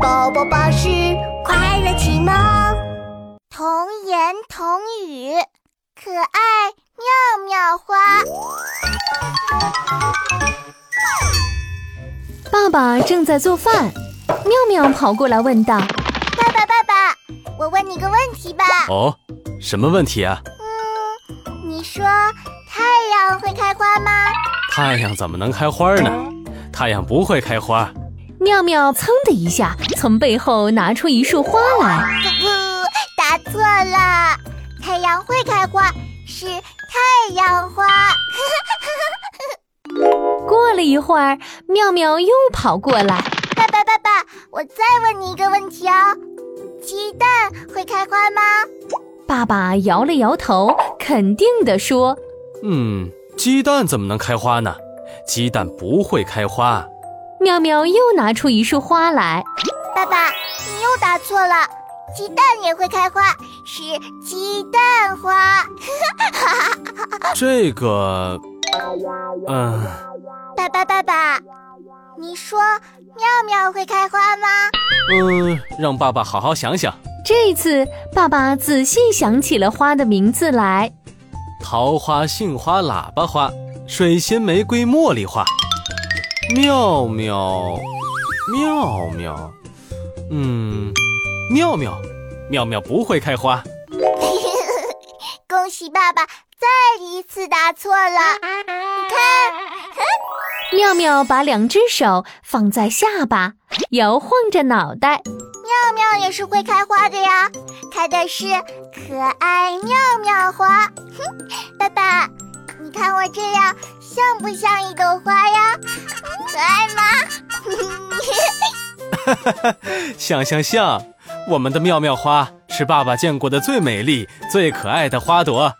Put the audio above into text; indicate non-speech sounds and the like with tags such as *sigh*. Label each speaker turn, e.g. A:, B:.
A: 宝宝巴士快乐启蒙，
B: 童言童语，可爱妙妙花。
C: 爸爸正在做饭，妙妙跑过来问道
B: 爸爸爸爸，我问你个问题吧。
D: 哦，什么问题啊？
B: 嗯，你说太阳会开花吗？
D: 太阳怎么能开花呢？太阳不会开花。：“
C: 妙妙，噌的一下从背后拿出一束花来。
B: 不不，答错了。太阳会开花，是太阳花。”
C: 过了一会儿，妙妙又跑过来，
B: 爸爸爸爸，我再问你一个问题哦，鸡蛋会开花吗？
C: 爸爸摇了摇头，肯定地说
D: 嗯，鸡蛋怎么能开花呢？鸡蛋不会开花。：“
C: 妙妙又拿出一束花来。
B: 爸爸，你又答错了，鸡蛋也会开花，是鸡蛋花。
D: 这个，嗯、
B: 爸爸爸爸，你说妙妙会开花吗？
D: 嗯，让爸爸好好想想。”
C: 这次，爸爸仔细想起了花的名字来。
D: 桃花、杏花、喇叭花、水仙、玫瑰、茉莉花。妙妙，妙妙，嗯，妙妙，妙妙不会开花。
B: 恭喜爸爸再一次答错了，你看，
C: 妙妙把两只手放在下巴，摇晃着脑袋。
B: 妙妙也是会开花的呀，开的是可爱妙妙花。哼，爸爸，你看我这样像不像一朵花呀？可爱 *laughs* 吗？
D: 像像像，我们的妙妙花是爸爸见过的最美丽、最可爱的花朵。